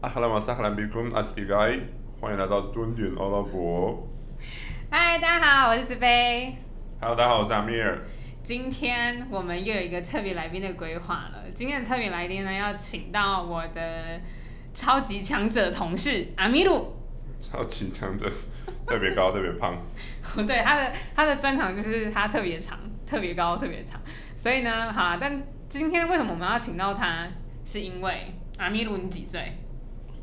阿哈拉马萨哈拉比库阿斯蒂盖，欢迎来到蹲点阿拉伯。嗨，大家好，我是子飞。 Hello，大家好，我是阿米尔。今天我们又有一个特别来宾的规划了。今天的特别来宾呢，要请到我的超级强者同事阿米鲁。超级强者，特别高，特别胖。 对，他的他的专长就是他特别长、特别高、特别长。所以呢，好啦，但今天为什么我们要请到他？是因为阿米鲁，你几岁？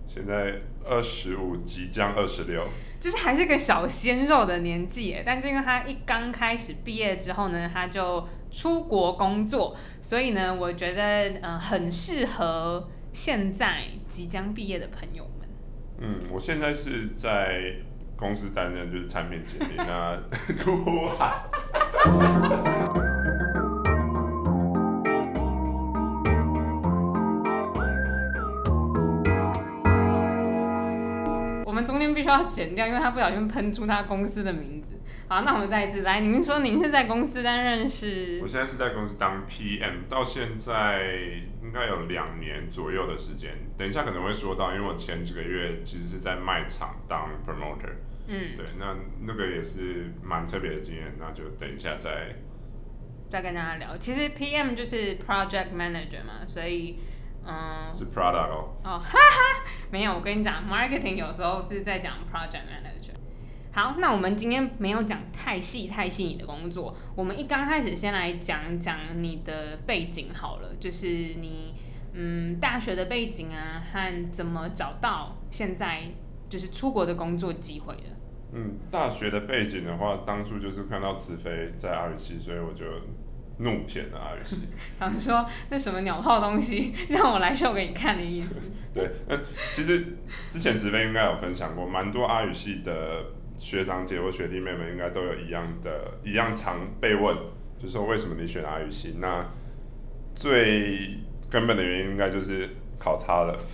现在二十五，即将二十六。就是还是个小鲜肉的年纪耶，但就因为他一刚开始毕业之后呢，他就出国工作，所以呢，我觉得嗯、呃很适合现在即将毕业的朋友们。嗯，我现在是在公司担任就是产品经理。那 哭啊！我们中间必须要剪掉，因为他不小心喷出他公司的名字。好，那我们再一次来，您说您是在公司担任是嗯我现在是在公司当 PM，到现在应该有两年左右的时间。等一下可能会说到，因为我前几个月其实是在卖场当 promoter。嗯，对，那那个也是蛮特别的经验，那就等一下再。再跟大家聊。其实 PM 就是 Project Manager 嘛，所以嗯，是 product 哦，哦，哈哈，没有，我跟你讲，marketing 有时候是在讲 project manager。好，那我们今天没有讲太细太细你的工作，我们一刚开始先来讲讲你的背景好了，就是你嗯大学的背景啊，和怎么找到现在就是出国的工作机会的。嗯，大学的背景的话，当初就是看到慈飞在阿语系，所以我就怒舔了阿语系。想说那什么鸟炮东西，让我来秀给你看的意思。对，那其实之前慈飞应该有分享过，蛮多阿语系的学长姐或学弟妹们应该都有一样的，一样常被问，就说为什么你选阿语系？那最根本的原因应该就是考差了。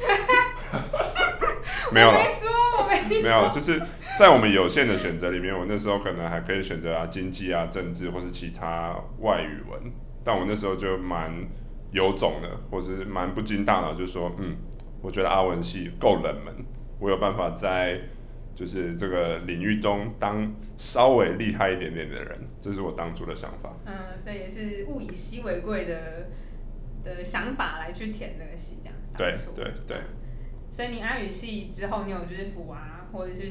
没有我了没。说，我 没没有，就是在我们有限的选择里面，我那时候可能还可以选择啊经济啊、政治或是其他外语文，但我那时候就蛮有种的，或是蛮不经大脑，就说嗯，我觉得阿文系够冷门，我有办法在就是这个领域中当稍微厉害一点点的人，这是我当初的想法。嗯，所以也是物以稀为贵的的想法来去填那个系，这样。对当初对对，所以你阿语系之后，你有就是辅啊，或者是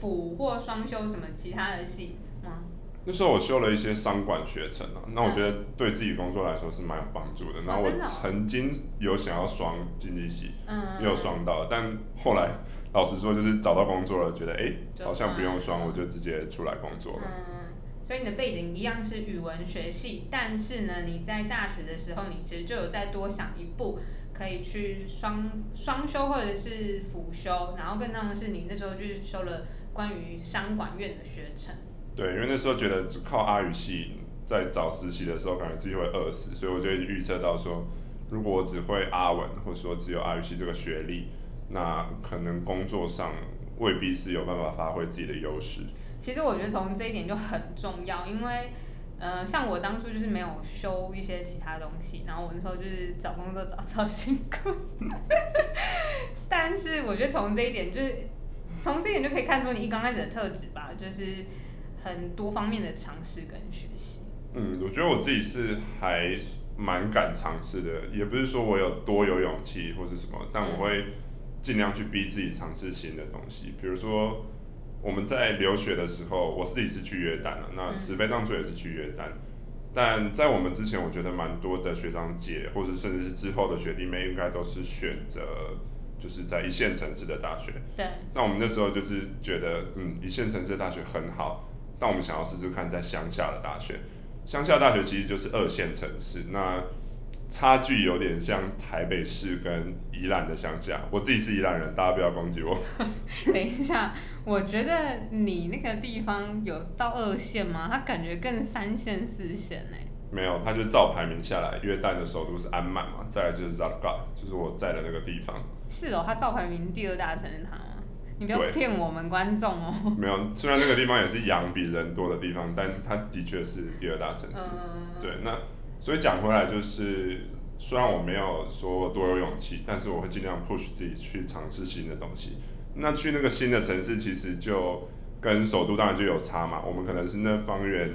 辅或双修什么其他的系吗？那时候我修了一些商管学程啊，那我觉得对自己工作来说是蛮有帮助的。然后我真的哦曾经有想要双经济系。嗯，也有双到，但后来老实说，就是找到工作了，觉得哎、诶就好像不用双，算了我就直接出来工作了。嗯，所以你的背景一样是语文学系，但是呢，你在大学的时候，你其实就有再多想一步，可以去双双修或者是辅修，然后更重要的是，你那时候去修了关于商管院的学程。对，因为那时候觉得只靠阿语系，在找实习的时候，感觉自己会饿死，所以我就预测到说，如果我只会阿文，或者说只有阿语系这个学历，那可能工作上未必是有办法发挥自己的优势。其实我觉得从这一点就很重要，因为，呃，像我当初就是没有修一些其他东西，然后我那时候就是找工作找超辛苦， 但是我觉得从这一点就是，从这一点就可以看出你一刚开始的特质吧，就是很多方面的尝试跟学习。嗯，我觉得我自己是还蛮敢尝试的，也不是说我有多有勇气或是什么，但我会尽量去逼自己尝试新的东西。比如说我们在留学的时候，我自己是去约旦了，那嗯子飞当初也是去约旦，但在我们之前，我觉得蛮多的学长姐，或者甚至是之后的学弟妹，应该都是选择就是在一线城市的大学。对，那我们那时候就是觉得，嗯，一线城市的大学很好，但我们想要试试看在乡下的大学。乡下大学其实就是二线城市，那差距有点像台北市跟宜兰的乡下。我自己是宜兰人，大家不要攻击我。 等一下，我觉得你那个地方有到二线吗？它感觉更三线四线欸呢、没有，他就照排名下来，约旦的首都是安曼嘛，再来就是 z a r g a 就是我在的那个地方。是哦，它照排名第二大城市它吗？啊你不要对骗我们观众哦。没有，虽然那个地方也是羊比人多的地方，但它的确是第二大城市。嗯，对，那所以讲回来就是虽然我没有说我多有勇气，但是我会尽量 push 自己去尝试新的东西。那去那个新的城市，其实就跟首都当然就有差嘛。我们可能是那方圆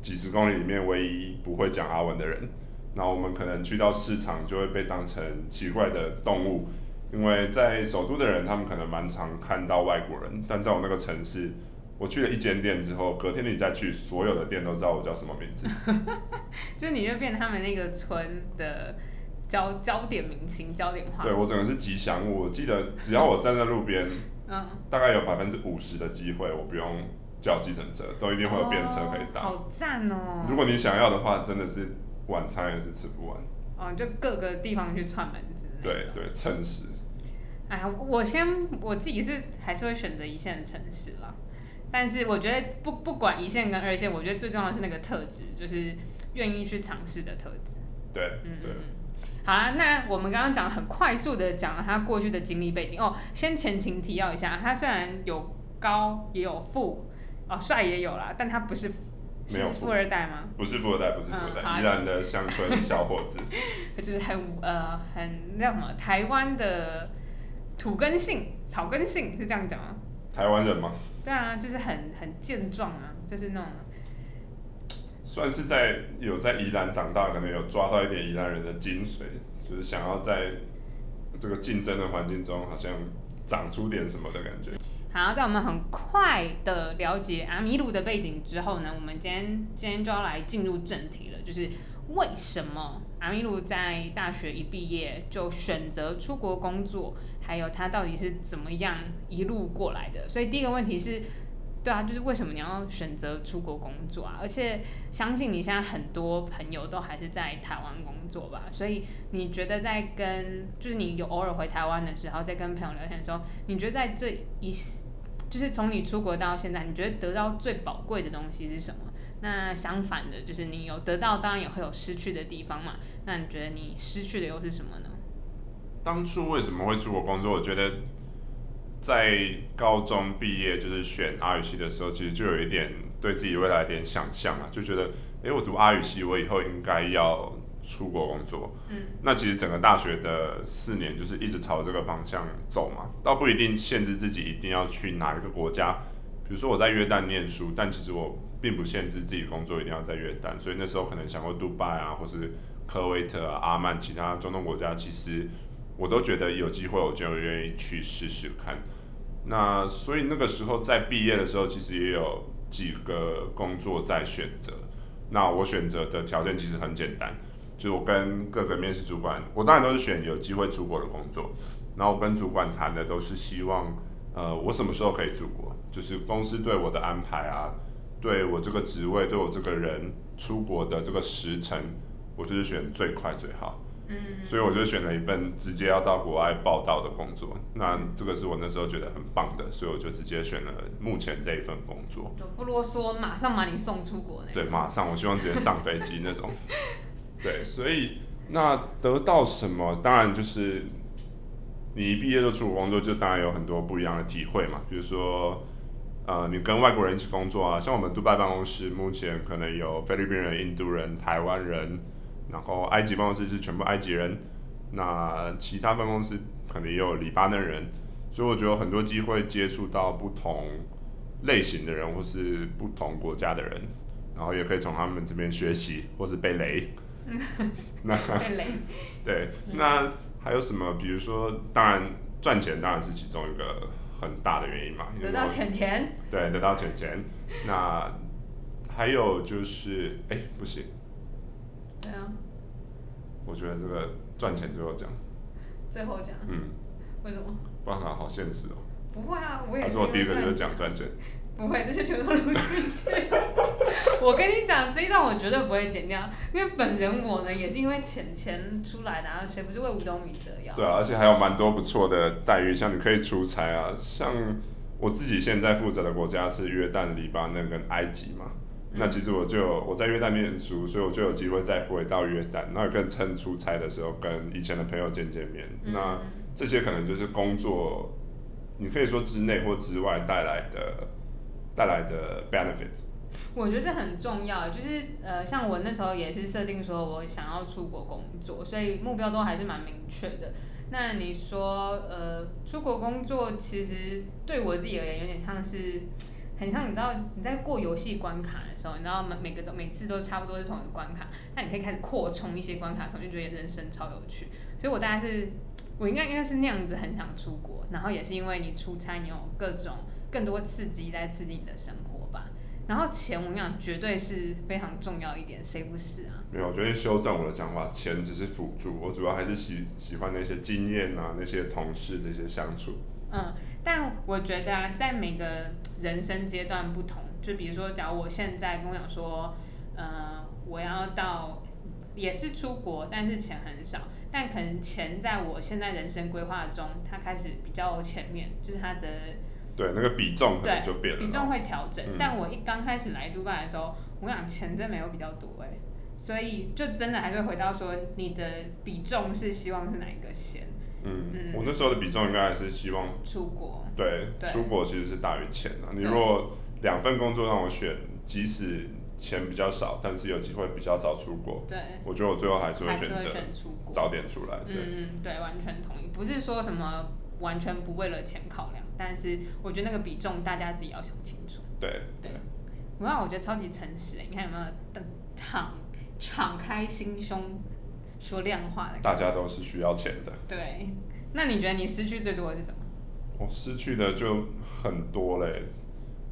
几十公里里面唯一不会讲阿文的人，那我们可能去到市场就会被当成奇怪的动物，因为在首都的人他们可能蛮常看到外国人，但在我那个城市，我去了一间店之后，隔天你再去，所有的店都知道我叫什么名字。就是你就变他们那个村的焦焦点明星、焦点话对题。我整个是吉祥物，我记得只要我站在路 边，嗯，大概有百分之五十的机会，我不用叫计程车，都一定会有便车可以哦搭。好赞哦！如果你想要的话，真的是晚餐也是吃不完。哦，就各个地方去串门子。对。对，趁食。哎呀，我先我自己是还是会选择一线城市啦，但是我觉得不不管一线跟二线，我觉得最重要的是那个特质，就是愿意去尝试的特质。对嗯对，好啦，那我们刚刚讲得很快速的讲了他过去的经历背景哦。先前情提要一下，他虽然有高也有富，哦帅也有啦，但他不是没是有富富二代吗？不是富二代，不是富二嗯好啊代，依然的乡 村小伙子。就是很呃很那叫什么台湾的土根性、草根性是这样讲吗？台湾人吗？对啊，就是很很健壮啊，就是那种算是在有在宜兰长大，可能有抓到一点宜兰人的精髓，就是想要在这个竞争的环境中，好像长出点什么的感觉。好，在我们很快的了解阿米鲁的背景之后呢，我们今天今天就要来进入正题了，就是为什么阿米鲁在大学一毕业就选择出国工作，还有他到底是怎么样一路过来的？所以第一个问题是，对啊，就是为什么你要选择出国工作啊？而且相信你现在很多朋友都还是在台湾工作吧，所以你觉得在跟就是你有偶尔回台湾的时候，在跟朋友聊天的时候，你觉得在这一就是从你出国到现在，你觉得得到最宝贵的东西是什么？那相反的，就是你有得到，当然也会有失去的地方嘛。那你觉得你失去的又是什么呢？当初为什么会出国工作？我觉得在高中毕业就是选阿语系的时候，其实就有一点对自己未来有点想象啊，就觉得，诶，我读阿语系，我以后应该要出国工作。嗯，那其实整个大学的四年就是一直朝这个方向走嘛，倒不一定限制自己一定要去哪一个国家。比如说我在约旦念书，但其实我并不限制自己工作一定要在约旦，所以那时候可能想过杜拜啊，或是科威特啊、阿曼其他中东国家，其实我都觉得有机会我就愿意去试试看。那所以那个时候在毕业的时候，其实也有几个工作在选择。那我选择的条件其实很简单，就是我跟各个面试主管，我当然都是选有机会出国的工作。然后我跟主管谈的都是希望，呃，我什么时候可以出国，就是公司对我的安排啊，对我这个职位，对我这个人出国的这个时程，我就是选最快最好。嗯所以我就选了一份直接要到国外报道的工作。那这个是我那时候觉得很棒的，所以我就直接选了目前这一份工作。就不啰嗦，马上把你送出国那对，马上我希望直接上飞机那种。对，所以那得到什么？当然就是你一毕业就出国工作，就当然有很多不一样的体会嘛。比如说，呃，你跟外国人一起工作啊，像我们杜拜办公室目前可能有菲律宾人、印度人、台湾人，然后埃及办公室是全部埃及人，那其他分公司可能也有黎巴嫩人，所以我觉得有很多机会接触到不同类型的人或是不同国家的人，然后也可以从他们这边学习或是被雷。 那被雷。对，嗯那还有什么？比如说，当然赚钱当然是其中一个很大的原因嘛，因为得到我钱钱，对，得到钱钱。那还有就是，哎、不行，对啊，我觉得这个赚钱最后讲，最后讲嗯，为什么？不然好现实哦、不会啊，我也还是是我第一个因为就是讲赚钱，不会，这些全都录进去。 我跟你讲，这一段我绝对不会剪掉，因为本人我呢也是因为钱钱出来的、啊，谁不是为五斗米折腰？对啊，而且还有蛮多不错的待遇，像你可以出差啊，像我自己现在负责的国家是约旦、黎巴嫩跟埃及嘛。那其实我就有我在约旦念书，所以我就有机会再回到约旦，那更趁出差的时候跟以前的朋友见见面。嗯那这些可能就是工作，你可以说之内或之外带来的带来的 benefit。我觉得这很重要，就是呃，像我那时候也是设定说我想要出国工作，所以目标都还是蛮明确的。那你说呃，出国工作其实对我自己而言有点像是，很像你知道你在过游戏关卡的时候，你知道每每个都每次都差不多是同一个关卡，那你可以开始扩充一些关卡的时候，就觉得人生超有趣。所以我大概是我应该应该是那样子很想出国，然后也是因为你出差，你有各种更多刺激在刺激你的生活吧。然后钱，我跟你讲，绝对是非常重要一点，谁不是啊？没有，我决定修正我的讲法，钱只是辅助，我主要还是喜喜欢那些经验啊，那些同事这些相处。嗯，但我觉得啊，在每个人生阶段不同，就比如说，假如我现在跟我讲说，呃，我要到也是出国，但是钱很少，但可能钱在我现在人生规划中，它开始比较前面，就是它的对，那个比重可能对就变了。比重会调整。嗯但我一刚开始来杜拜的时候，我跟你讲钱真没有比较多哎、所以就真的还是回到说，你的比重是希望是哪一个先嗯嗯，我那时候的比重应该还是希望出国？对对出国其实是大于钱的、你对如果两份工作让我选，即使钱比较少，但是有机会比较早出国，对，我觉得我最后还是会还是选会择选出国。早点出来。对，嗯嗯，对，完全同意。不是说什么完全不为了钱考量，但是我觉得那个比重大家自己要想清楚。对对，我让我觉得超级诚实、欸，你看有没有？等敞敞开心胸说亮话的感大家都是需要钱的。觉。对，那你觉得你失去最多的是什么？我失去的就很多嘞。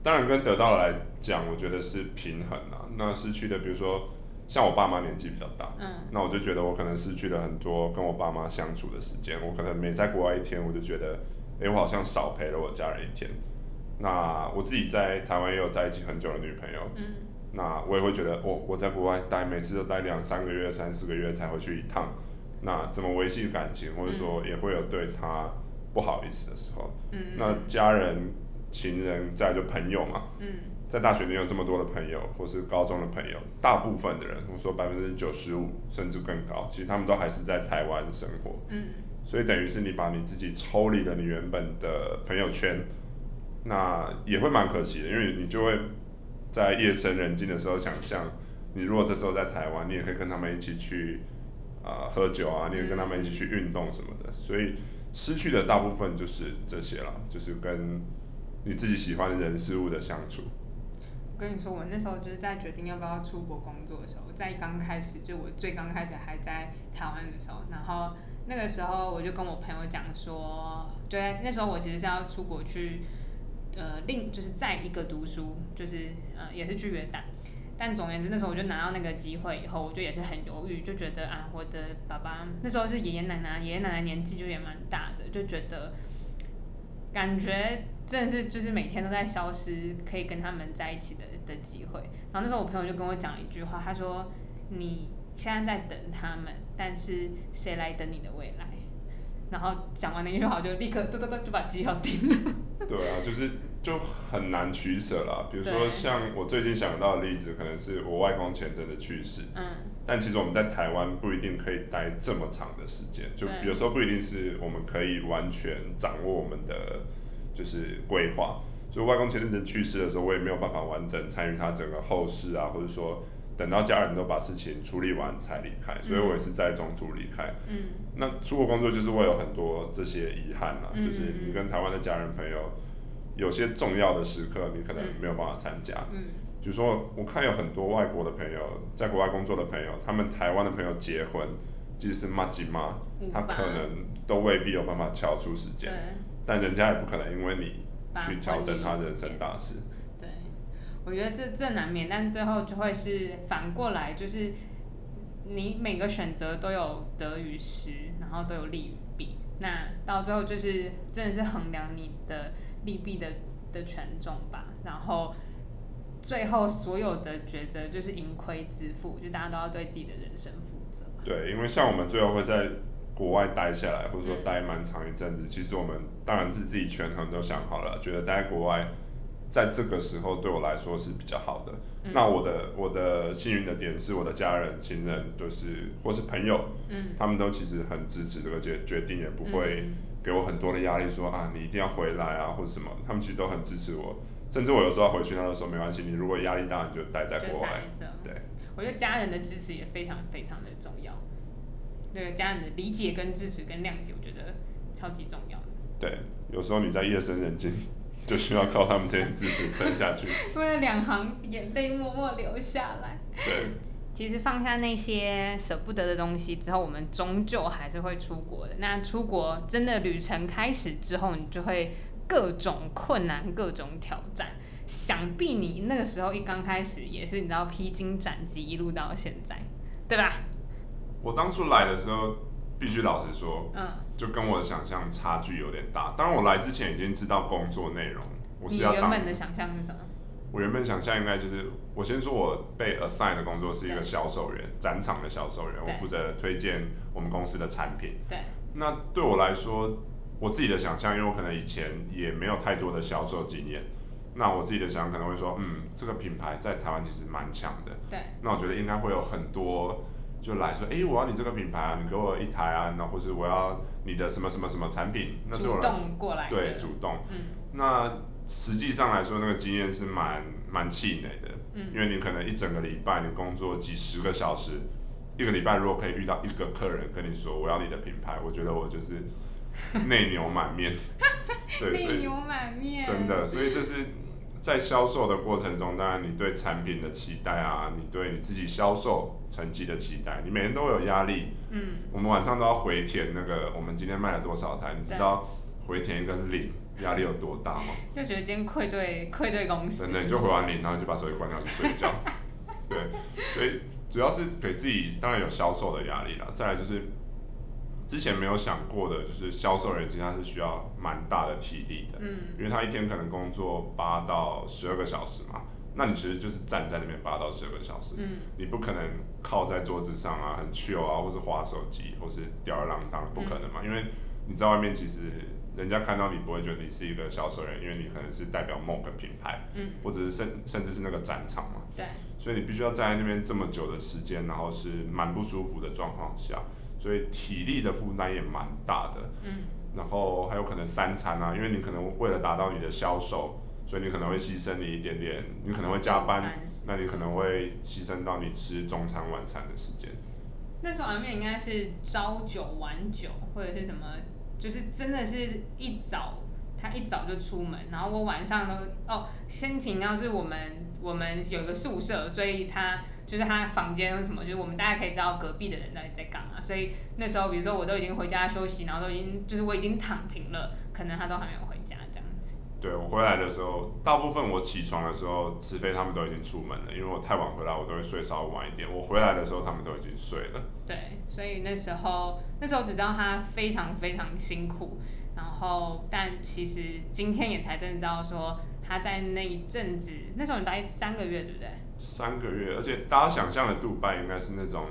当然跟得到来讲，我觉得是平衡啊。那失去的，比如说像我爸妈年纪比较大，嗯，那我就觉得我可能失去了很多跟我爸妈相处的时间。我可能每在国外一天，我就觉得，诶，我好像少陪了我家人一天。那我自己在台湾也有在一起很久的女朋友，嗯，那我也会觉得，哦，我在国外待，每次都待两三个月、三四个月才回去一趟，那怎么维系感情，或者说也会有对她不好意思的时候。嗯那家人、情人，再来就朋友嘛，嗯在大学你有这么多的朋友，或是高中的朋友，大部分的人，我说百分之九十五甚至更高，其实他们都还是在台湾生活，嗯所以等于是你把你自己抽离了你原本的朋友圈，那也会蛮可惜的，因为你就会在夜深人静的时候想象，你如果这时候在台湾，你也可以跟他们一起去啊、呃喝酒啊，你也跟他们一起去运动什么的，所以失去的大部分就是这些啦，就是跟你自己喜欢的人事物的相处。我跟你说，我那时候就是在决定要不要出国工作的时候，在刚开始，就我最刚开始还在台湾的时候，然后那个时候我就跟我朋友讲说，就在那时候我其实是要出国去，呃，另就是在一个读书，就是呃也是去约旦。但总而言之，那时候我就拿到那个机会以后，我就也是很犹豫，就觉得啊，我的爸爸那时候是爷爷奶奶，爷爷奶奶年纪就也蛮大的，就觉得感觉真的是就是每天都在消失，可以跟他们在一起的的机会。然后那时候我朋友就跟我讲了一句话，他说：“你现在在等他们，但是谁来等你的未来？”然后讲完那句话，我就立刻嘟嘟嘟就把机票订了。对啊，就是就很难取舍啦。比如说对像我最近想到的例子，可能是我外公前阵子去世，嗯但其实我们在台湾不一定可以待这么长的时间，就对有时候不一定是我们可以完全掌握我们的就是规划。所以外公前阵子去世的时候，我也没有办法完整参与他整个后事啊，或者说等到家人都把事情处理完才离开，所以我也是在中途离开。嗯那出国工作就是会有很多这些遗憾啦，嗯就是你跟台湾的家人朋友，有些重要的时刻你可能没有办法参加。嗯比如说，我看有很多外国的朋友，在国外工作的朋友，他们台湾的朋友结婚，即使是妈吉妈嗯无，他法可能都未必有办法敲出时对间，但人家也不可能因为你把去调整他婚礼人生大事。对，我觉得这这难免，但最后就会是反过来，就是你每个选择都有得与失，然后都有利与弊。那到最后就是真的是衡量你的利弊的的权重吧，然后最后所有的抉择就是盈亏自负，就大家都要对自己的人生负责。对，因为像我们最后会在国外待下来，或者说嗯待蛮长一阵子，其实我们当然是自己权衡都想好了，觉得待在国外，在这个时候对我来说是比较好的。嗯那我的我的幸运的点是，我的家人、亲人，就是或是朋友，嗯，他们都其实很支持这个决决定，也不会给我很多的压力说，啊你一定要回来啊或者什么，他们其实都很支持我。甚至我有时候回去，他就说没关系，你如果压力大，你就待在就国待外。着。对，我觉得家人的支持也非常非常的重要，对家人的理解跟支持跟谅解，我觉得超级重要的。对，有时候你在夜深人静，就需要靠他们这些支持撑下去。为了两行眼泪默默流下来。对，其实放下那些舍不得的东西之后，我们终究还是会出国的。那出国真的旅程开始之后，你就会各种困难、各种挑战。想必你那个时候一刚开始也是你知道披荆斩棘，一路到现在，对吧？我当初来的时候，必须老实说，嗯，就跟我的想象差距有点大。当然，我来之前已经知道工作内容，我你是要原当本的想象是什么？我原本想象应该就是，我先说我被 assign 的工作是一个销售员，展场的销售员，我对负责推荐我们公司的产品。对，那对我来说，我自己的想象，因为我可能以前也没有太多的销售经验，那我自己的想象可能会说，嗯，这个品牌在台湾其实蛮强的，对，那我觉得应该会有很多就来说，诶，我要你这个品牌啊，你给我一台啊，那或是我要你的什么什么什么产品，那对我主来说，动过来的，对，主动。嗯那实际上来说，那个经验是蛮蛮气馁的，因嗯，为你可能一整个礼拜你工作几十个小时，一个礼拜如果可以遇到一个客人跟你说我要你的品牌，我觉得我就是内牛满面，对，所泪以流满面，真的，所以这是在销售的过程中，当然你对产品的期待啊，你对你自己销售成绩的期待，你每天都会有压力，嗯，我们晚上都要回填那个我们今天卖了多少台，你知对道回填一个零压力有多大吗？就觉得今天愧对愧对公司，真的，你就回完零，然后就把手机关掉去睡觉。 对，所以主要是给自己，当然有销售的压力啦。再来就是之前没有想过的，就是销售人其实他是需要蛮大的体力的，嗯，因为他一天可能工作八到十二个小时嘛，那你其实就是站在那边八到十二个小时，嗯你不可能靠在桌子上啊，很 chill 啊，或是划手机，或是吊儿郎当，不可能嗯嘛，因为你在外面其实。人家看到你不会觉得你是一个销售人，因为你可能是代表某个品牌，嗯，或者是甚甚至是那个展场嘛，对，所以你必须要站在那边这么久的时间，然后是蛮不舒服的状况下，所以体力的负担也蛮大的。嗯然后还有可能三餐啊，因为你可能为了达到你的销售，所以你可能会牺牲你一点点，你可能会加班中餐时，那你可能会牺牲到你吃中餐晚餐的时间。那时候好像应该是朝九晚九，或者是什么，就是真的是一早，他一早就出门，然后我晚上都哦，先请到是我们我们有一个宿舍，所以他就是他房间或什么，就是我们大家可以知道隔壁的人到底在干嘛，所以那时候比如说我都已经回家休息，然后都已经就是我已经躺平了，可能他都还没有回家这样子，对我回来的时候，大部分我起床的时候，慈飞他们都已经出门了，因为我太晚回来，我都会睡稍微晚一点。我回来的时候，他们都已经睡了。对，所以那时候那时候只知道他非常非常辛苦，然后但其实今天也才真的知道说他在那一阵子，那时候你大概三个月对不对？三个月，而且大家想象的杜拜应该是那种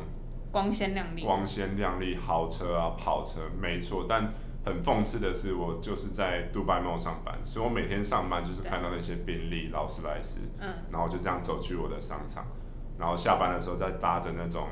光鲜亮丽，光鲜亮丽、豪车啊、跑车，没错。但很讽刺的是，我就是在杜拜梦上班，所以我每天上班就是看到那些宾利、劳斯莱斯，嗯，然后就这样走去我的商场，然后下班的时候再搭着那种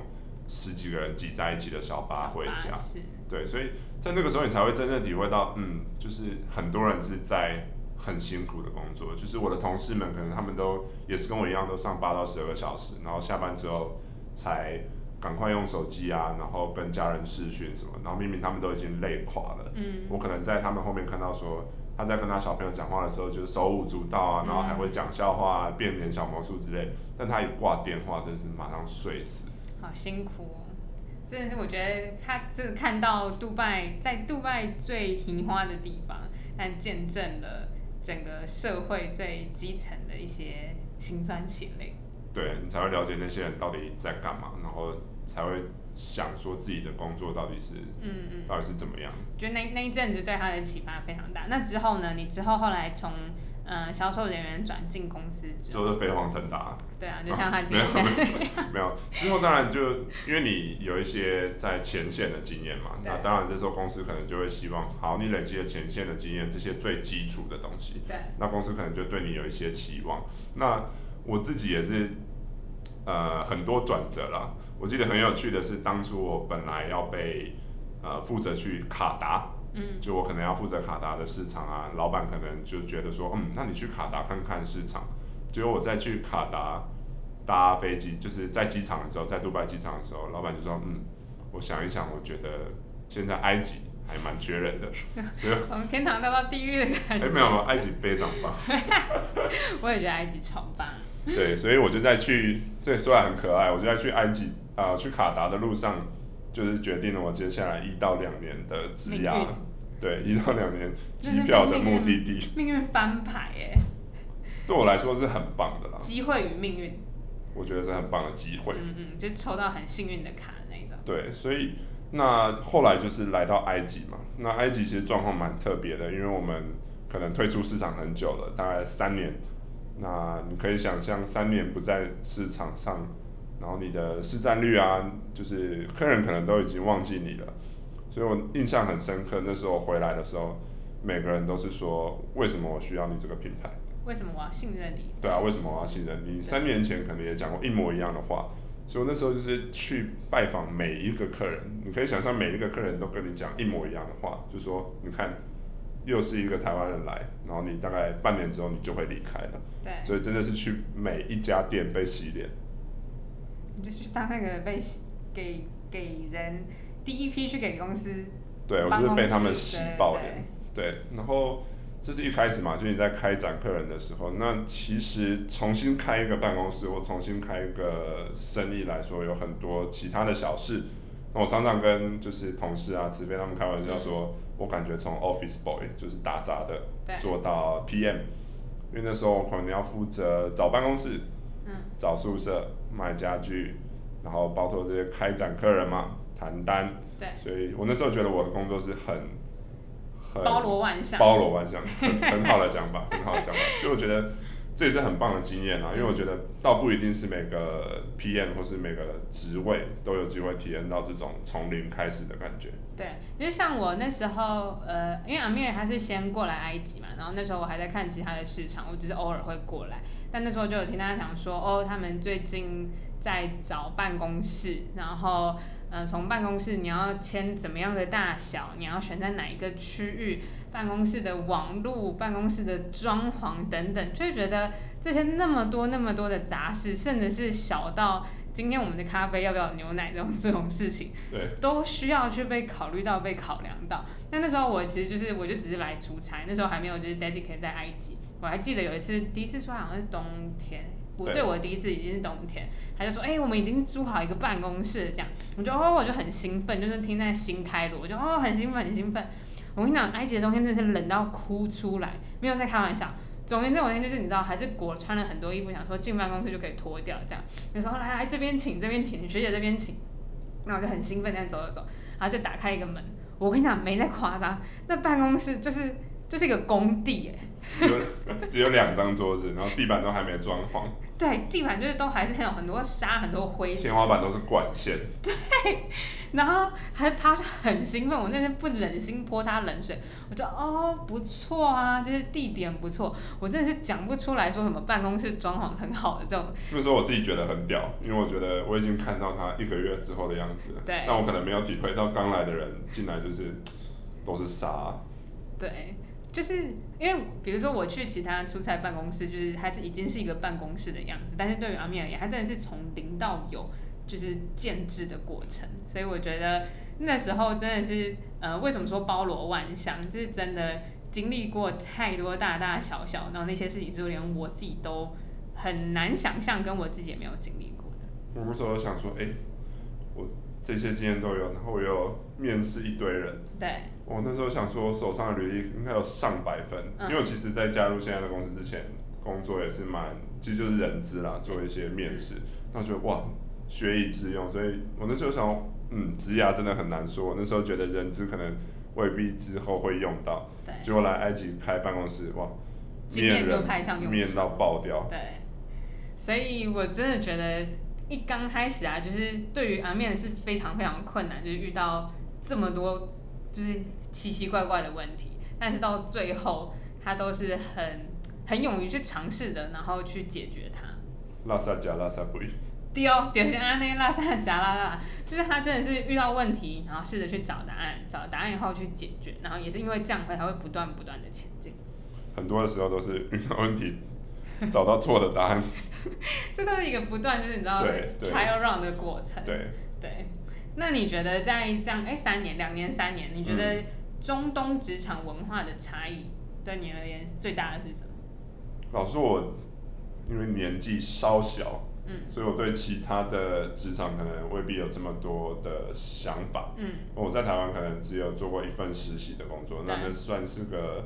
十几个人挤在一起的小巴回小家巴。士对，所以在那个时候你才会真正体会到，嗯，就是很多人是在很辛苦的工作，就是我的同事们可能他们都也是跟我一样，都上八到十二个小时，然后下班之后才赶快用手机啊，然后跟家人视讯什么，然后明明他们都已经累垮了，嗯，我可能在他们后面看到说。他在跟他小朋友讲话的时候，就是手舞足蹈啊，然后还会讲笑话、啊、变脸小魔术之类。但他一挂电话，真是马上睡死。好辛苦哦。真的是，我觉得他这个看到杜拜，在杜拜最平花的地方，但见证了整个社会最基层的一些辛酸血泪。对你才会了解那些人到底在干嘛，然后才会想说自己的工作到底是嗯嗯。到底是怎么样。就那那一阵子对他的启发非常大。那之后呢？你之后后来从呃销售人员转进公司之后，就是飞黄腾达，对啊，就像他今没有天没有之后当然就因为你有一些在前线的经验嘛，对那当然这时候公司可能就会希望，好，你累积了前线的经验，这些最基础的东西， 对，那公司可能就对你有一些期望。那我自己也是，呃，很多转折啦。我记得很有趣的是，当初我本来要被呃负责去卡达，嗯就我可能要负责卡达的市场啊，老板可能就觉得说，嗯，那你去卡达看看市场。结果我再去卡达搭飞机，就是在机场的时候，在杜拜机场的时候，老板就说，嗯，我想一想，我觉得现在埃及还蛮缺人 的，所以从天堂掉到地狱的哎、感觉。没有没有，埃及非常棒。 我也觉得埃及超棒。对，所以我就在去，这虽然很可爱，我就在去埃及啊、去卡达的路上，就是决定了我接下来一到两年的职命涯运，对，一到两年这机是票的命目运啊的地，命运翻牌耶，对我来说是很棒的啦，机会与命运。我觉得是很棒的机会。嗯嗯，就抽到很幸运的卡的那一种。对，所以那后来就是来到埃及嘛，那埃及其实状况蛮特别的，因为我们可能退出市场很久了，大概三年。那你可以想象，三年不在市场上，然后你的市占率啊，就是客人可能都已经忘记你了。所以我印象很深刻，那时候回来的时候，每个人都是说，为什么我需要你这个品牌？为什么我要信任你？对啊，为什么我要信任你？三年前可能也讲过一模一样的话，所以我那时候就是去拜访每一个客人，你可以想象每一个客人都跟你讲一模一样的话，就说你看，又是一个台湾人来，然后你大概半年之后你就会离开了，对，所以真的是去每一家店被洗脸。你就去当那个被给给人第一批去给公司，对，我办就是公被他们洗室对爆对脸。对，然后这是一开始嘛，就你在开展客人的时候，那其实重新开一个办公室或重新开一个生意来说，有很多其他的小事。那我常常跟就是同事啊、慈飞他们开玩笑说，我感觉从 office boy 就是打杂的对做到 PM，因为那时候我可能要负责找办公室，嗯，找宿舍、买家具，然后包括这些开展客人嘛、谈单，对，所以我那时候觉得我的工作是很很包罗万象。呃包罗万象，很很好的讲法，很好的讲法。就我觉得这也是很棒的经验啊，因为我觉得倒不一定是每个 PM 或是每个职位都有机会体验到这种从零开始的感觉。对，因为像我那时候，呃，因为阿米尔他是先过来埃及嘛，然后那时候我还在看其他的市场，我只是偶尔会过来，但那时候就有听他讲说，哦，他们最近在找办公室，然后，呃，从办公室你要签怎么样的大小，你要选在哪一个区域，办公室的网路、办公室的装潢等等，就会觉得这些那么多那么多的杂事，甚至是小到今天我们的咖啡要不要有牛奶这种这种事情。对，都需要去被考虑到、被考量到。那那时候我其实就是，我就只是来出差，那时候还没有就是 dedicate 在埃及。我还记得有一次，第一次出来好像是冬天，我对对我第一次已经是冬天，他就说：“哎、我们已经租好一个办公室，这样。”我就哦，我就很兴奋，就是听在新开罗，我就哦很兴奋，很兴奋。我跟你讲，埃及的冬天真的是冷到哭出来，没有在开玩笑。总而言之，我那天就是你知道，还是裹穿了很多衣服，想说进办公室就可以脱掉这样。有时候来来这边请，这边请，学姐这边请。那我就很兴奋，这样走走走，然后就打开一个门。我跟你讲，没在夸张，那办公室就是就是一个工地哎，只有只有两张桌子，然后地板都还没装潢，对，地板就是都还是很有很多沙、很多灰尘天啊花板都是管线。然后还他就很兴奋，我那天不忍心泼他冷水，我就哦不错啊，就是地点不错，我真的是讲不出来说什么办公室装潢很好的这种，那时候我自己觉得很屌，因为我觉得我已经看到他一个月之后的样子了。对但我可能没有体会到刚来的人进来就是都是沙。啊对，就是因为比如说我去其他出差办公室，就是它是已经是一个办公室的样子，但是对于阿米而言，它真的是从零到有，就是建制的过程，所以我觉得那时候真的是呃，为什么说包罗万象，就是真的经历过太多大大小小，然后那些事情，就连我自己都很难想象，跟我自己也没有经历过的，我那时候想说，哎、我这些经验都有，然后我又面试一堆人。对，我那时候想说，手上的履历应该有上百份，嗯因为我其实，在加入现在的公司之前，工作也是蛮，其实就是人资嗯啦，做一些面试。那我觉得哇，学以致用，所以我那时候想，嗯，职涯真的很难说。我那时候觉得人资可能未必之后会用到，对，结果来埃及开办公室，哇，经面验都人派上用面场到爆掉。对，所以我真的觉得一刚开始啊，就是对于阿面是非常非常困难，就是遇到这么多就是奇奇怪怪的问题，但是到最后他都是很很勇于去尝试的，然后去解决它。拉萨加拉萨布伊，对哦，就是安内拉萨加拉拉，就是他真的是遇到问题，然后试着去找答案，找答案以后去解决，然后也是因为这样，他才会不断不断的前进。很多的时候都是遇到问题，找到错的答案。这都是一个不断，就是你知道对对啊 trial round 的过程。对，对，那你觉得在这样哎、三年、两年、三年，你觉得嗯中东职场文化的差异对你而言最大的是什么？老实说我因为年纪稍小，嗯所以我对其他的职场可能未必有这么多的想法。嗯我在台湾可能只有做过一份实习的工作，那对那算是个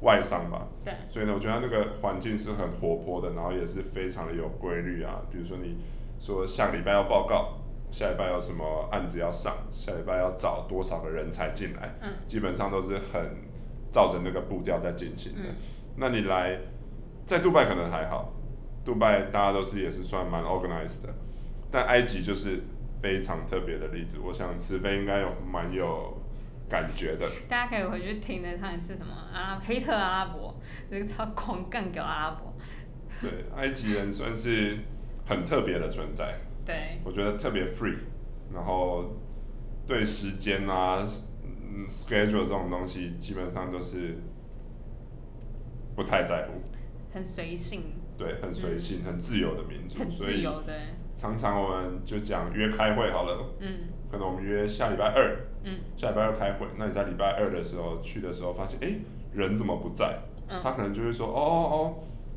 外商吧。对，所以呢，我觉得它那个环境是很活泼的，然后也是非常的有规律啊。比如说你说下个礼拜要报告，下礼拜有什么案子要上，下礼拜要找多少个人才进来，嗯基本上都是很照着那个步调在进行的。嗯那你来在杜拜可能还好，杜拜大家都是也是算蛮 organized 的，但埃及就是非常特别的例子。我想慈飞应该有蛮有感觉的。大家可以回去听的，看是什么啊，黑特阿拉伯，这个超狂干掉阿拉伯，对，埃及人算是很特别的存在，对，我觉得特别 free，然后对时间啊、嗯 schedule 这种东西基本上都是不太在乎，很随性，对，很随性、很自由的民族，嗯很所自以由的，常常我们就讲约开会好了，嗯可能我们约下礼拜二，嗯下礼拜二开会，那你在礼拜二的时候去的时候发现，哎、人怎么不在？他 嗯，可能就会说，哦哦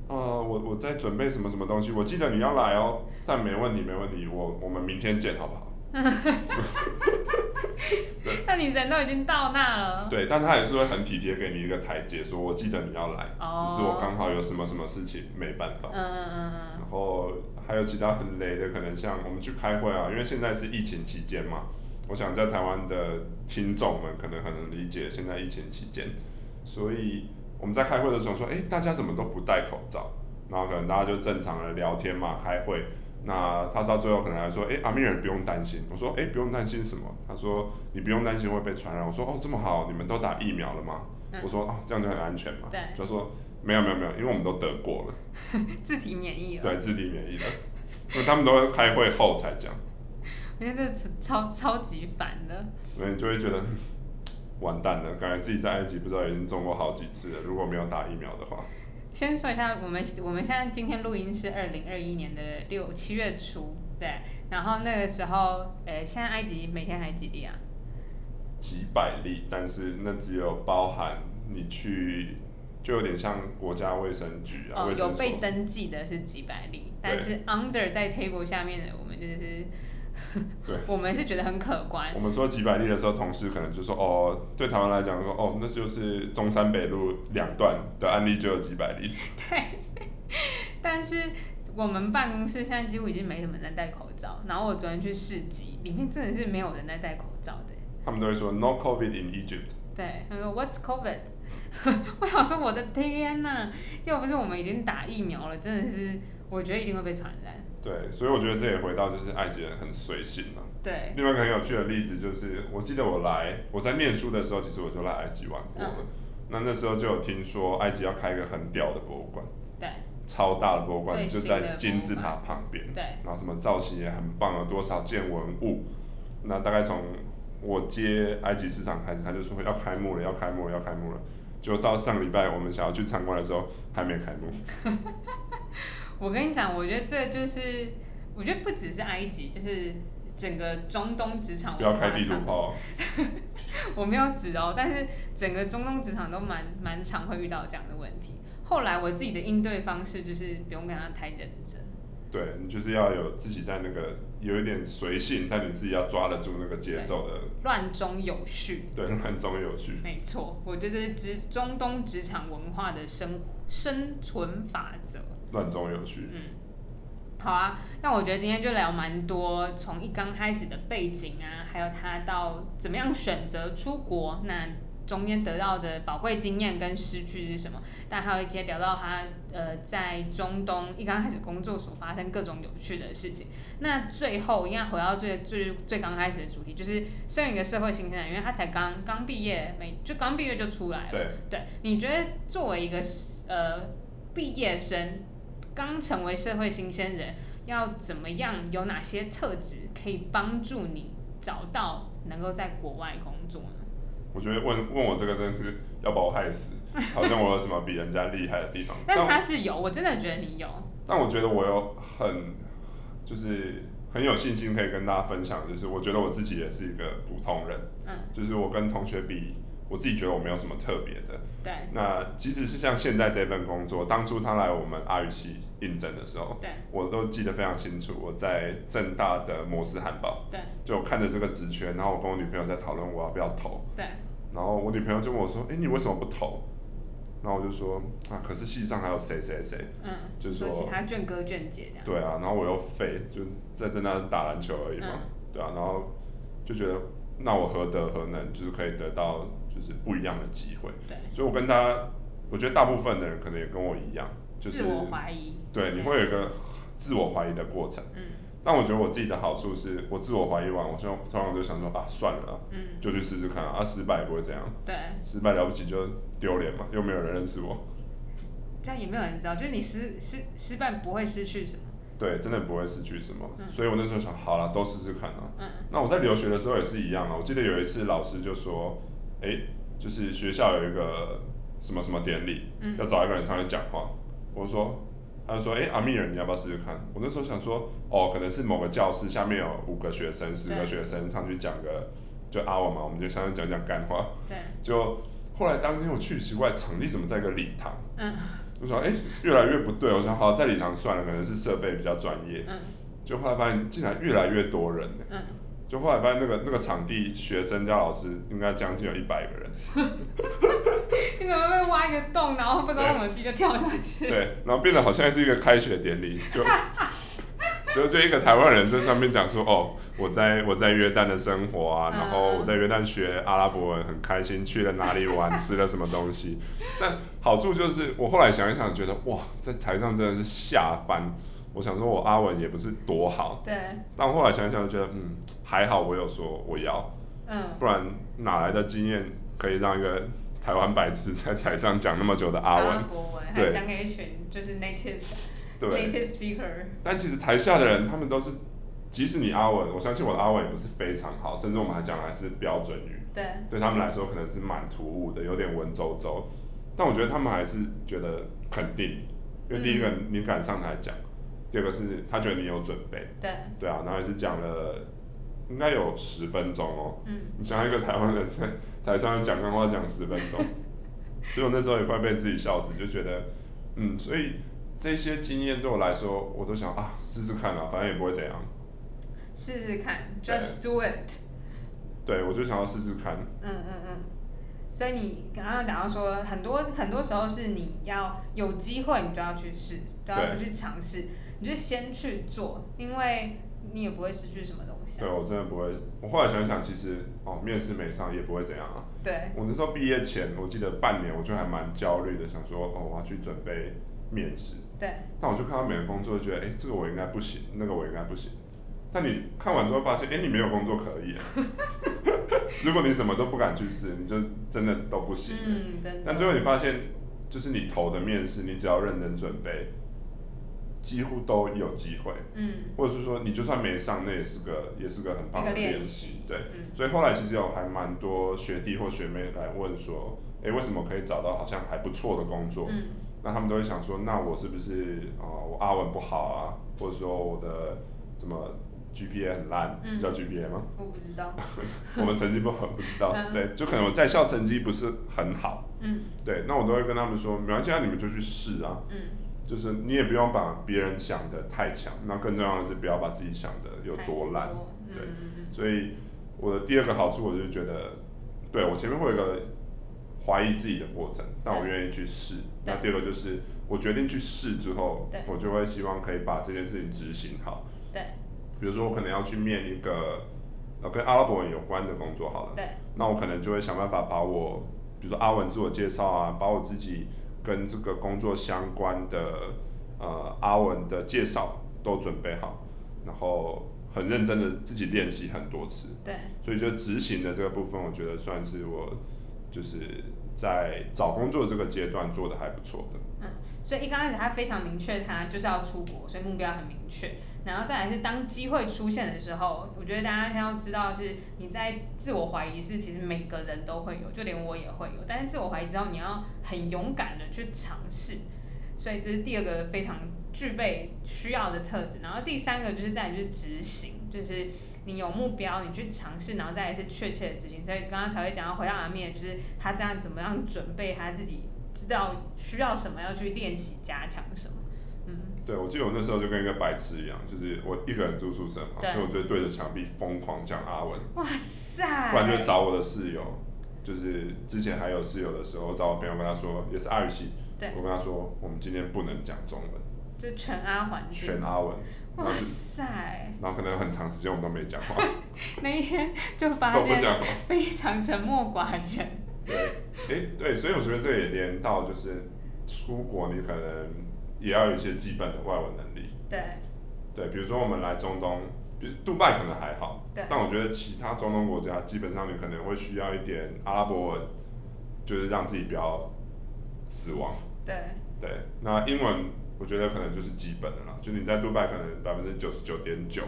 哦，呃，我我在准备什么什么东西，我记得你要来哦，但没问题没问题，我我们明天见好不好？那你人都已经到那了，对，但他也是会很体贴给你一个台阶，说我记得你要来，哦只是我刚好有什么什么事情没办法嗯。嗯嗯然后还有其他很雷的，可能像我们去开会啊，因为现在是疫情期间嘛，我想在台湾的听众们可能很能理解现在疫情期间，所以我们在开会的时候说，哎，大家怎么都不戴口罩？然后可能大家就正常的聊天嘛，开会。那他到最后可能还说，哎，阿米尔不用担心。我说，哎，不用担心什么？他说，你不用担心会被传染。我说，哦，这么好，你们都打疫苗了吗？嗯我说，啊，这样就很安全嘛。对他说，没有没有没有，因为我们都得过了。嗯，自体免疫了。对，自体免疫的，因为他们都会开会后才讲，我觉得这超超级烦的。所以你就会觉得 嗯完蛋了，感觉自己在埃及不知道已经中过好几次了，如果没有打疫苗的话，先说一下，我们我们现在今天录音是二零二一年的六七月初，对。然后那个时候，呃，现在埃及每天还几例啊？几百例，但是那只有包含你去，就有点像国家卫生局啊，哦，卫、有生被所。登记的是几百例，对但是 under 在 table 下面的，我们就是对， 我们是觉得很可观。我们说几百例的时候，同事可能就说哦，对台湾来讲说哦，那就是中山北路两段的案例就有几百例，但是我们办公室现在几乎已经没什么人在戴口罩。然后我昨天去市集，里面真的是没有人在戴口罩的。他们都会说 no COVID in Egypt，对，他说 What's COVID？我想说我的天呐、要不是我们已经打疫苗了，真的是我觉得一定会被传染。对，所以我觉得这也回到就是埃及人很随性啊。对，另外一个很有趣的例子就是，我记得我来我在念书的时候，其实我就来埃及玩过了。那那时候就有听说埃及要开一个很屌的博物馆，对，超大的博物馆最就新的在金字塔旁边，嗯对，然后什么造型也很棒，有啊多少件文物。那大概从我接埃及市场开始，他就说哎要开幕了，要开幕了，要开幕了。就到上礼拜我们想要去参观的时候，还没开幕。我跟你讲，我觉得这就是，我觉得不只是埃及，就是整个中东职场不要文化开地图上，炮哦，我没有指哦，但是整个中东职场都蛮蛮常会遇到这样的问题。后来我自己的应对方式就是不用跟他太认真。对你就是要有自己在那个有一点随性，但你自己要抓得住那个节奏的乱中有序，对， 乱中有序。没错，我觉得职中东职场文化的生生存法则。乱中有序。嗯，好啊，那我觉得今天就聊蛮多，从一刚开始的背景啊，还有他到怎么样选择出国，那中间得到的宝贵经验跟失去是什么，但还有一些聊到他呃在中东一刚开始工作所发生各种有趣的事情。那最后一样回到最最最刚开始的主题，就是身为一个社会新鲜人，因为他才刚刚毕业，没就刚毕业就出来了。对，对，你觉得作为一个呃毕业生，刚成为社会新鲜人，要怎么样，有哪些特质可以帮助你找到能够在国外工作呢？，我觉得问问我这个真的是要把我害死，好像我有什么比人家厉害的地方 但但他我是有，我真的觉得你有，但我觉得我有很就是很有信心可以跟大家分享，就是我觉得我自己也是一个普通人，嗯，就是我跟同学比，我自己觉得我没有什么特别的。对那即使是像现在这份工作，当初他来我们阿语系应征的时候，对我都记得非常清楚。我在正大的摩斯汉堡，对嗯就看着这个职缺，然后我跟我女朋友在讨论我要不要投，对，然后我女朋友就问我说：“哎、你为什么不投？”然后我就说：“啊，可是系上还有谁谁谁。嗯，就是说说其他卷哥卷姐这”样，对啊，然后我又废，就在正大打篮球而已嗯嘛，对啊，然后就觉得那我何德何能，就是可以得到就是不一样的机会。嗯对，所以我跟他，我觉得大部分的人可能也跟我一样，就是自我怀疑，对，你会有一个自我怀疑的过程。嗯但我觉得我自己的好处是，我自我怀疑完，我就突然我就想说啊，算了啦，嗯，就去试试看啊，啊失败也不会怎样，对，失败了不起就丢脸嘛，又没有人认识我，这样也没有人知道，就是你失失失败不会失去什么，对，真的不会失去什么。嗯所以我那时候想，好了，都试试看啊。嗯那我在留学的时候也是一样啊，我记得有一次老师就说，哎、就是学校有一个什么什么典礼，嗯要找一个人上去讲话。我就说，他就说，哎、阿密人，你要不要试试看？我那时候想说，哦，可能是某个教室下面有五个学生、十对个学生上去讲个，就阿文嘛，我们就上去讲讲干话。对，就后来当天我去，奇怪，场地怎么在一个礼堂？嗯就说，哎、越来越不对。我想，好，在礼堂算了，可能是设备比较专业。嗯就后来发现，竟然越来越多人呢、嗯， 就后来发现，那个那个场地学生加老师应该将近有一百个人。你怎么被挖一个洞，然后不知道为什么自己就跳下去？对，然后变得好像是一个开学典礼，就就就一个台湾人在上面讲说，哦，我在我在约旦的生活啊，嗯然后我在约旦学阿拉伯文，很开心，去了哪里玩，吃了什么东西。 但好处就是，我后来想一想，觉得哇，在台上真的是下翻。我想说，我阿文也不是多好，对，但我后来想一想，觉得嗯，还好我有说我要，嗯，不然哪来的经验可以让一个台湾白痴在台上讲那么久的阿文？伯文，还对讲给一群就是 native 对。 native speaker，但其实台下的人，他们都是，即使你阿文，我相信我的阿文也不是非常好，甚至我们还讲的还是标准语，对对他们来说可能是蛮突兀的，有点文绉绉。但我觉得他们还是觉得肯定，因为第一个你敢上台讲，第二个是他觉得你有准备，对，对啊，然后也是讲了应该有十分钟哦。嗯，你想要一个台湾人在台上讲干话讲十分钟，所以我那时候也快被自己笑死，就觉得，嗯，所以这些经验对我来说，我都想啊，试试看啊，反正也不会怎样。试试看对，just do it。对，我就想要试试看。嗯嗯嗯，所以你刚刚讲到说，很多很多时候是你要有机会，你就要去试，都要对去尝试，你就先去做，因为你也不会失去什么东西对啊。我真的不会，我后来想想，其实哦，面试没上也不会怎样啊。对我那时候毕业前，我记得半年我就还蛮焦虑的，想说哦，我要去准备面试。对但我就看到每个工作，就觉得哎、诶这个我应该不行，那个我应该不行。但你看完之后发现，哎、你没有工作可以。啊 如果你什么都不敢去试，你就真的都不行。嗯，真但的，最后你发现，就是你投的面试，你只要认真准备，几乎都有机会。嗯，或者是说，你就算没上，那也是个也是个很一棒个的练练习习。，对，嗯所以后来其实有还蛮多学弟或学妹来问说，哎、为什么可以找到好像还不错的工作？嗯那他们都会想说，那我是不是啊、呃我阿文不好啊，或者说我的什么 GPA 很烂，嗯是叫 GPA 吗？ 我不知道，我们成绩不好，不知道嗯。对，就可能我在校成绩不是很好。嗯对，那我都会跟他们说，没关系，那你们就去试啊。嗯，就是你也不用把别人想的太强，那更重要的是不要把自己想的有多烂太。多，对嗯所以我的第二个好处，我就觉得，对我前面会有一个怀疑自己的过程，但我对愿意去试。对那第二个就是我决定去试之后对，我就会希望可以把这件事情执行好。对比如说我可能要去面一个呃跟阿拉伯文有关的工作好了，嗯对那我可能就会想办法把我，比如说阿文自我介绍啊，把我自己跟这个工作相关的呃阿文的介绍都准备好，然后很认真的自己练习很多次，对所以就执行的这个部分，我觉得算是我就是在找工作这个阶段做的还不错的。所以一刚开始他非常明确，他就是要出国，所以目标很明确。然后再来是当机会出现的时候，我觉得大家要知道是你在自我怀疑是其实每个人都会有，就连我也会有。但是自我怀疑之后，你要很勇敢的去尝试。所以这是第二个非常具备需要的特质。然后第三个就是在于就是执行，就是你有目标，你去尝试，然后再来是确切的执行。所以刚刚才会讲到回到阿面，就是他这样怎么样准备他自己知道需要什么，要去练习加强什么。嗯，对，我记得我那时候就跟一个白痴一样，就是我一个人住宿舍嘛，对所以我就对着墙壁疯狂讲阿文，哇塞！不然就找我的室友，就是之前还有室友的时候，找我朋友跟他说，也是阿语系对，我跟他说我们今天不能讲中文，就全阿环境。全阿文，然后哇就塞！然后可能很长时间我们都没 讲话，那一天就发都不现讲话。非常沉默寡言。对，诶，对，所以我觉得这也连到就是出国，你可能也要有一些基本的外文能力。对，对，比如说我们来中东，比如杜拜可能还好，对但我觉得其他中东国家基本上你可能会需要一点阿拉伯文，就是让自己不要死亡。对，对，那英文我觉得可能就是基本的啦，就你在杜拜可能百分之九十九点九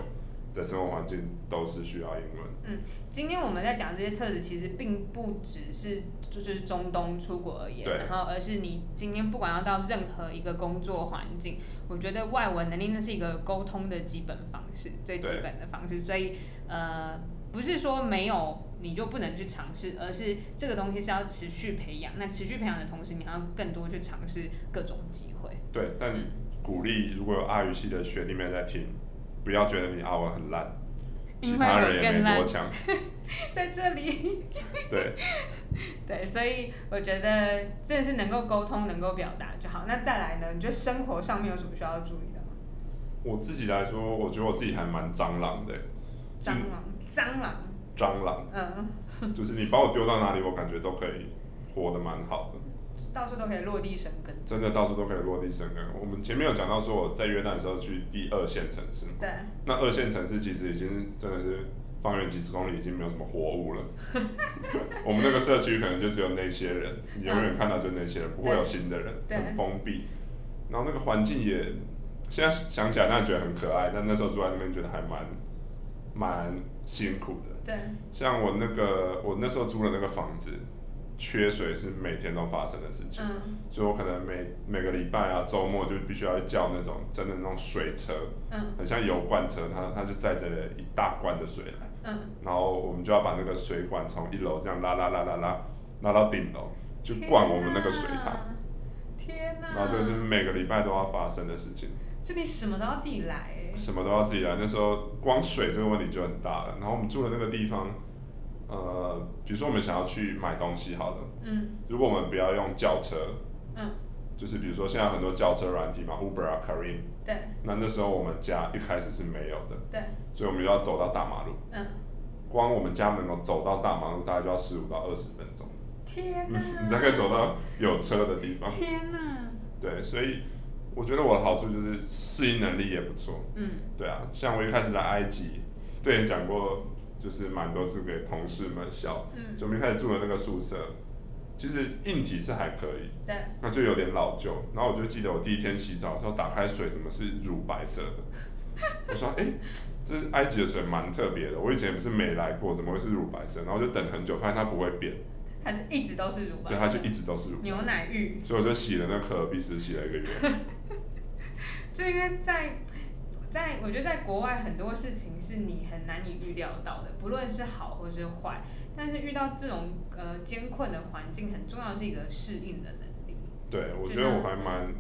的生活环境都是需要英文。今天我们在讲这些特质，其实并不只是就就是中东出国而言，对然后而是你今天不管要到任何一个工作环境，我觉得外文能力那是一个沟通的基本方式，最基对本的方式。所以呃，不是说没有你就不能去尝试，而是这个东西是要持续培养。那持续培养的同时，你要更多去尝试各种机会。对，但嗯鼓励如果有阿语系的学弟妹在听，不要觉得你阿文很烂，其因为他人我也更没烂多强。 在这里。对， 对，所以我觉得真的是能够沟通、能够表达就好。那再来呢？你觉得生活上面有什么需要注意的吗？我自己来说，我觉得我自己还蛮蟑螂的，蟑螂，嗯蟑螂，蟑螂 嗯，就是你把我丢到哪里，我感觉都可以活得蛮好的，到处都可以落地生根。真的到处都可以落地生根。我们前面有讲到说我在约旦的时候去第二线城市嘛，对，那二线城市其实已经真的是方圆几十公里已经没有什么活物 了。我们那个社区可能就只有那些人，你永远看到就那些人，不会有新的人，嗯对很封闭。然后那个环境也，现在想起来那觉得很可爱，但那时候住在那边觉得还蛮蛮辛苦的。对，像我那个我那时候租的那个房子，缺水是每天都发生的事情，嗯所以我可能每每个礼拜啊周末就必须要去叫那种真的那种水车，嗯很像油罐车，它它就载着一大罐的水来，嗯，然后我们就要把那个水管从一楼这样拉拉拉拉拉拉到顶楼，就灌我们那个水塔。天哪！天哪！然后这个是每个礼拜都要发生的事情，就你什么都要自己来、欸。什么都要自己来。那时候光水这个问题就很大了。然后我们住的那个地方，呃，比如说我们想要去买东西好了，嗯如果我们不要用轿车，嗯，就是比如说现在有很多轿车软体嘛，Uber 啊、Careem，对那那时候我们家一开始是没有的，对，所以我们就要走到大马路。嗯，光我们家门口走到大马路，大概就要十五到二十分钟，天哪！嗯你才可以走到有车的地方。天哪！对，所以我觉得我的好处就是适应能力也不错。嗯，对啊，像我一开始来埃及，这也讲过，就是蛮多次给同事们笑。嗯就我们一开始住的那个宿舍，其实硬体是还可以，对，那就有点老旧。然后我就记得我第一天洗澡的时候，打开水怎么是乳白色的？我说，哎、这埃及的水蛮特别的，我以前不是没来过，怎么会是乳白色？然后就等很久，发现它不会变，它就一直都是乳白对，色，它就一直都是乳白色。牛奶浴。所以我就洗了那可尔必斯，洗了一个月。就因为在在我觉得在国外很多事情是你很难以预料到的，不论是好或是坏，但是遇到这种呃艰困的环境，很重要是一个适应的能力。对，我就觉得像我还蛮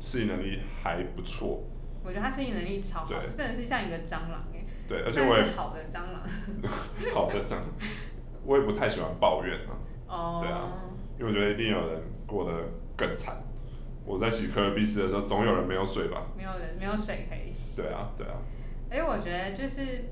适应能力还不错。我觉得他适应能力超好，对真的是像一个蟑螂哎、对，而但且我也是好的蟑螂 好的，这样，我也不太喜欢抱怨啊，哦。对啊因为我觉得一定有人过得更惨。我在洗科尔必斯的时候，总有人没有水吧？没有人没有水可以洗。对啊，对啊，而且我觉得就是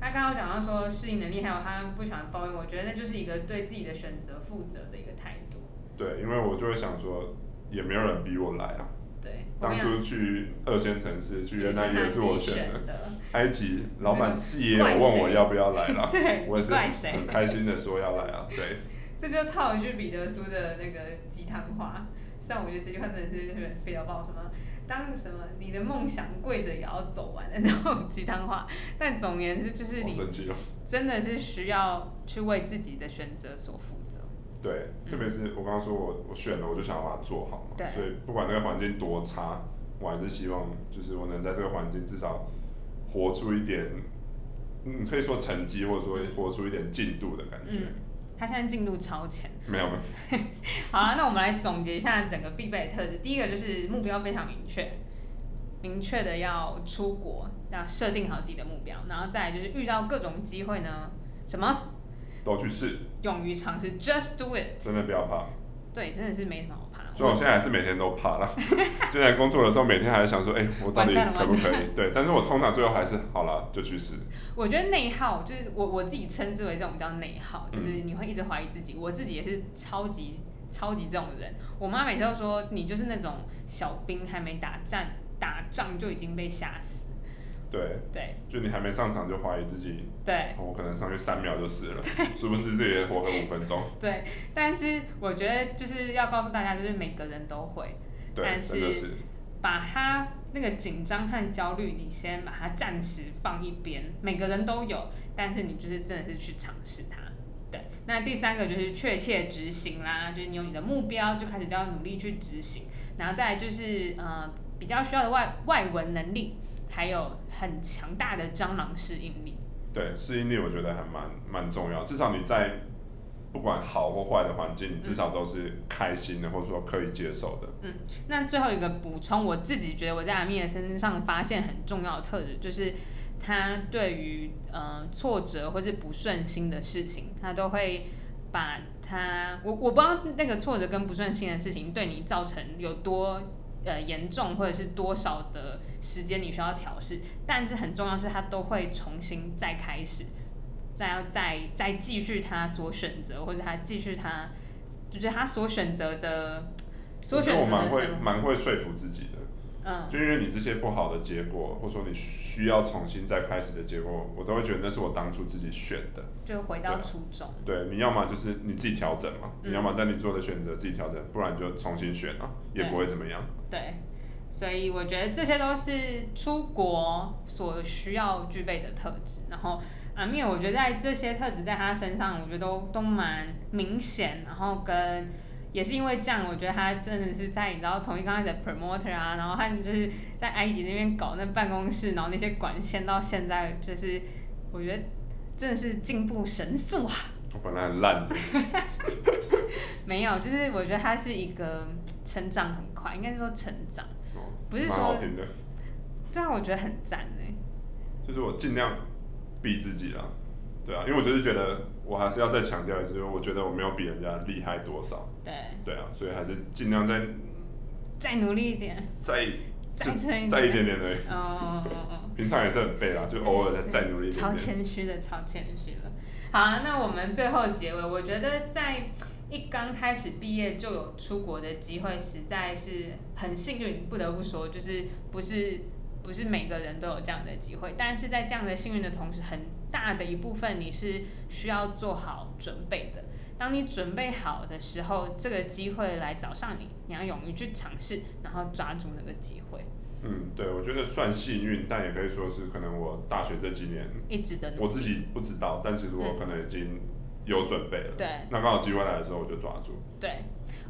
他刚刚讲到说适应能力，还有他不喜欢抱怨，我觉得那就是一个对自己的选择负责的一个态度。对，因为我就会想说，也没有人逼我来啊。对，我当跟你讲初去二线城市去原来也也是是我我选的，选的。埃及老板嗯啊是也有问我要不要来啦， 对我也是怪谁很开心的说要来啊，对，这就套一句彼得书的那个鸡汤话。虽然我觉得这句话真的是很废到爆，什么当什么你的梦想跪着也要走完的那种鸡汤话， 但总而言之就是好你生气哦。真的是需要去为自己的选择所负责。对，特别是我刚刚说我我选了，我就想要把它做好嘛对。所以不管那个环境多差，我还是希望就是我能在这个环境至少活出一点，嗯，可以说成绩，或者说活出一点进度的感觉。嗯，他现在进度超 前。没有没有，好了，那我们来总结一下整个必备的特质。第一个就是目标非常明确，明确的要出国，要设定好自己的目标，然后再来就是遇到各种机会呢，什么都去试，勇于尝试，just do it。真的不要怕。对，真的是没什么好怕。所以我现在还是每天都怕 啦。就在工作的时候，每天还是想说，哎、我到底完蛋了可不可完蛋以？对，但是我通常最后还是好了，就去试。我觉得内耗就是我我自己称之为这种叫内耗，就是你会一直怀疑自己。我自己也是超级超级这种人。我妈每次都说你就是那种小兵还没打战打仗就已经被吓死。对，对就你还没上场就怀疑自己，对，哦我可能上去三秒就死了， 殊不知自己也活个五分钟。对，但是我觉得就是要告诉大家，就是每个人都会对，但是真的是。把他那个紧张和焦虑，你先把它暂时放一边，每个人都有，但是你就是真的是去尝试它。对，那第三个就是确切执行啦，就是你有你的目标，就开始就要努力去执行，然后再来就是呃比较需要的外外文能力，还有很强大的蟑螂适应力。对，适应力我觉得还蛮蛮重要，至少你在不管好或坏的环境，你嗯至少都是开心的，或者说可以接受的。那最后一个补充，我自己觉得我在阿米的身上发现很重要的特质，就是他对于呃挫折或是不顺心的事情，他都会把他我我不知道那个挫折跟不顺心的事情对你造成有多。呃，严重或者是多少的时间你需要调试，但是很重要是，他都会重新再开始，再要再再继续他所选择，或者他继续他就是他所选择的所我觉得选我蛮择的生活会。蛮会说服自己的，嗯，就因为你这些不好的结果，或者说你需要重新再开始的结果，我都会觉得那是我当初自己选的。就回到初衷。对，你要么就是你自己调整嘛，嗯你要么在你做的选择自己调整，不然你就重新选啊，也对不会怎么样。对，所以我觉得这些都是出国所需要具备的特质。然后阿米尔，我觉得在这些特质在他身上，我觉得都都蛮明显。然后跟也是因为这样，我觉得他真的是在你知道从一刚开始的 promoter 啊，然后他就是在埃及那边搞那办公室，然后那些管线到现在，就是我觉得真的是进步神速啊！我本来很烂，没有，就是我觉得他是一个成长很快，应该是说成长。哦不是蛮说好听的，对啊，我觉得很赞哎。就是我尽量逼自己啦，对啊，因为我就是觉得我还是要再强调一次，就是我觉得我没有比人家厉害多少，对，对啊，所以还是尽量再再努力一点，再再撑再一点点。点而已。哦，哦平常也是很废啦，就偶尔再再努力哦一点超点。谦虚的，超谦虚了。好啊，那我们最后结尾，我觉得在一刚开始毕业就有出国的机会，实在是很幸运，不得不说，就是不是不是每个人都有这样的机会，但是在这样的幸运的同时，很大的一部分你是需要做好准备的。当你准备好的时候，这个机会来找上你，你要勇于去尝试，然后抓住那个机会，嗯，对，我觉得算幸运，但也可以说是可能我大学这几年一直的努我力。自己不知道，但其实我可能已经有准备了。对，那刚好机会来的时候我就抓住。对，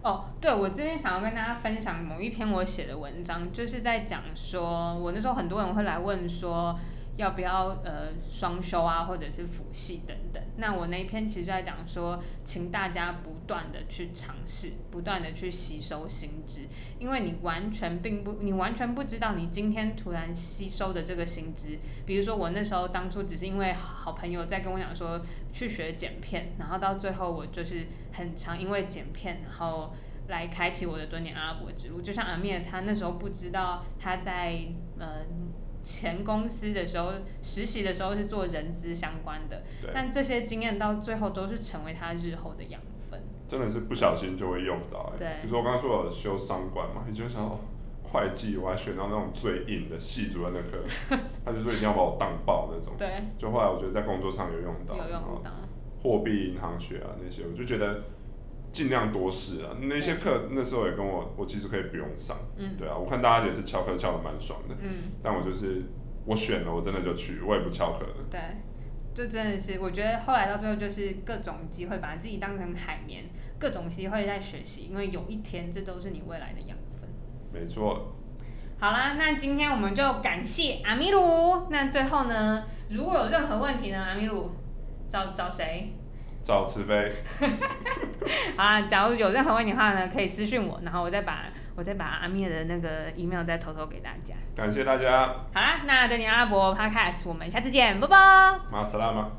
哦，对，我这边想要跟大家分享某一篇我写的文章，就是在讲说，我那时候很多人会来问说，要不要呃双修啊，或者是辅系等等。那我那一篇其实就在讲说，请大家不断的去尝试，不断的去吸收新知，因为你完全并不，你完全不知道你今天突然吸收的这个新知。比如说我那时候当初只是因为好朋友在跟我讲说去学剪片，然后到最后我就是很常因为剪片，然后来开启我的蹲点阿拉伯之路。就像阿灭，他那时候不知道他在呃前公司的时候实习的时候是做人资相关的，对，但这些经验到最后都是成为他日后的养分。真的是不小心就会用到、欸。对比如说我刚刚说我有修商管嘛，你就想哦，会计我还选到那种最硬的系主任的课，他就说一定要把我当爆那种。对，就后来我觉得在工作上有用到，有然后用到。货币银行学啊那些，我就觉得尽量多试啊。那些课那时候也跟我，我其实可以不用上，嗯对啊，我看大家也是翘课翘的蛮爽的，嗯，但我就是我选了，我真的就去，我也不翘课了。对，就真的是，我觉得后来到最后就是各种机会，把自己当成海绵，各种机会在学习，因为有一天这都是你未来的养分。没错，好啦，那今天我们就感谢阿米鲁。那最后呢，如果有任何问题呢，阿米鲁找找谁？找慈飞，好啦，假如有任何问题的话呢，可以私信我，然后我再把我再把阿米的那个 email 再偷偷给大家。感谢大家，好啦，那对你阿拉伯 podcast，我们下次见，拜拜。马斯拉吗？